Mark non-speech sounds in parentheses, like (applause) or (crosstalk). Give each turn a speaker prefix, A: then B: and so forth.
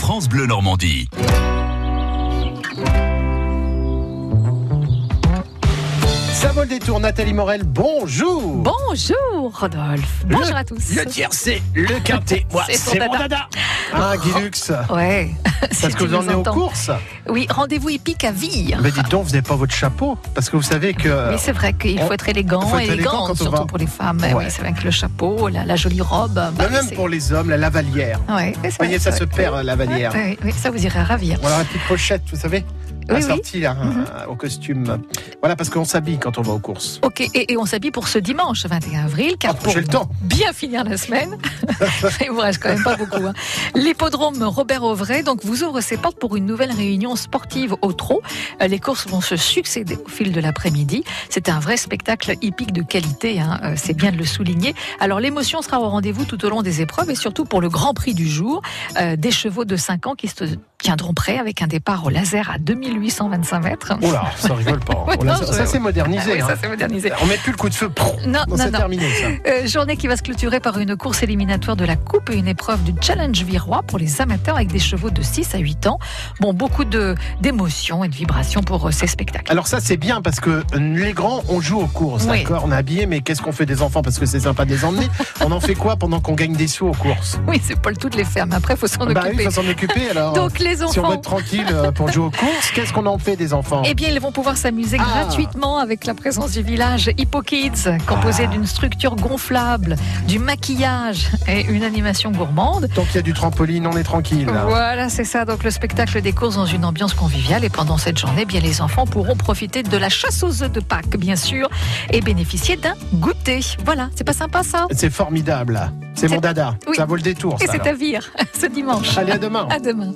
A: France Bleu Normandie.
B: Ça vole des tours, Nathalie Morel, bonjour
C: Bonjour Rodolphe. Bonjour à tous.
D: Le tiercé, le quintet, moi
C: C'est son
D: c'est mon
C: dada. Oh.
D: dada.
B: Ah, Guilux
C: Ouais.
B: (laughs)
C: Si
B: Parce que
C: tu
B: vous en
C: nous
B: êtes aux
C: entends.
B: courses
C: Oui, rendez-vous épique à Vire.
B: Mais dites donc, vous n'avez pas votre chapeau Parce que vous savez que... euh,
C: Oui, c'est vrai qu'il
B: on-
C: faut être élégant,
B: faut être élégant
C: élégante,
B: quand on va.
C: surtout pour les femmes. Eh
B: Ouais.
C: Oui, c'est vrai que le chapeau, la, la jolie robe. bah,
B: Mais même
C: c'est-
B: pour les hommes, la lavalière.
C: Ouais, c'est
B: Vous voyez,
C: vrai,
B: ça
C: c'est
B: se
C: vrai.
B: perd, la lavalière.
C: Ouais, ouais, ouais, ça vous irez à ravir.
B: Voilà, la petite pochette, vous savez
C: Oui,
B: la
C: oui. Mhm.
B: sortie, là, euh, au costume. Voilà, parce qu'on s'habille quand on va aux courses.
C: Ok, et, et on s'habille pour ce dimanche 21 avril, car
B: Ah,
C: pour
B: j'ai le temps.
C: bien finir la semaine,
B: (laughs)
C: il vous reste quand même pas beaucoup. hein. L'hippodrome Robert Auvray donc vous ouvre ses portes pour une nouvelle réunion sportive au trot. Euh, Les courses vont se succéder au fil de l'après-midi. C'est un vrai spectacle hippique de qualité, hein, euh, c'est bien de le souligner. Alors l'émotion sera au rendez-vous tout au long des épreuves et surtout pour le Grand Prix du jour, euh, des chevaux de 5 ans qui se tiendront prêts avec un départ au laser à 2825 mètres.
B: Oh là, ça rigole pas. hein.
C: Ouais,
B: Oh là,
C: non,
B: ça,
C: je-
B: ça, c'est
C: Ah oui,
B: modernisé.
C: ça
B: hein.
C: c'est modernisé.
B: On met plus le coup de feu. prrr.
C: Non,
B: Non,
C: non,
B: c'est
C: non.
B: terminé, ça.
C: Euh, journée qui va se clôturer par une course éliminatoire de la Coupe et une épreuve du Challenge Virois pour les amateurs avec des chevaux de 6 à 8 ans. Bon, beaucoup de d'émotions et de vibrations pour euh, ces spectacles. (laughs)
B: Alors ça c'est bien parce que euh, les grands on joue aux courses,
C: Oui.
B: d'accord, on est habillé, mais qu'est-ce qu'on fait des enfants parce que c'est sympa de les emmener. on en fait quoi pendant qu'on gagne des sous aux courses
C: Oui, c'est pas le tout de les faire, mais après, il faut s'en
B: Bah oui,
C: occuper.
B: faut s'en occuper alors.
C: Donc, les
B: si on veut
C: enfants.
B: être tranquille euh, pour jouer aux courses, qu'est-ce qu'on en fait des enfants
C: Eh bien, ils vont pouvoir s'amuser
B: Ah.
C: gratuitement avec la présence du village Hippo Kids, composé
B: Ah.
C: d'une structure gonflable, du maquillage et une animation gourmande.
B: Tant qu'il y a du trampoline, on est tranquille.
C: Voilà, c'est ça. Donc le spectacle des courses dans une ambiance conviviale et pendant cette journée, eh bien les enfants pourront profiter de la chasse aux œufs de Pâques, bien sûr, et bénéficier d'un goûter. Voilà, c'est pas sympa ça
B: C'est formidable. C'est
C: C'est-
B: mon dada.
C: Oui.
B: Ça vaut le détour.
C: (laughs) Et
B: ça,
C: c'est
B: alors.
C: à vire ce dimanche.
B: Allez à demain.
C: À demain.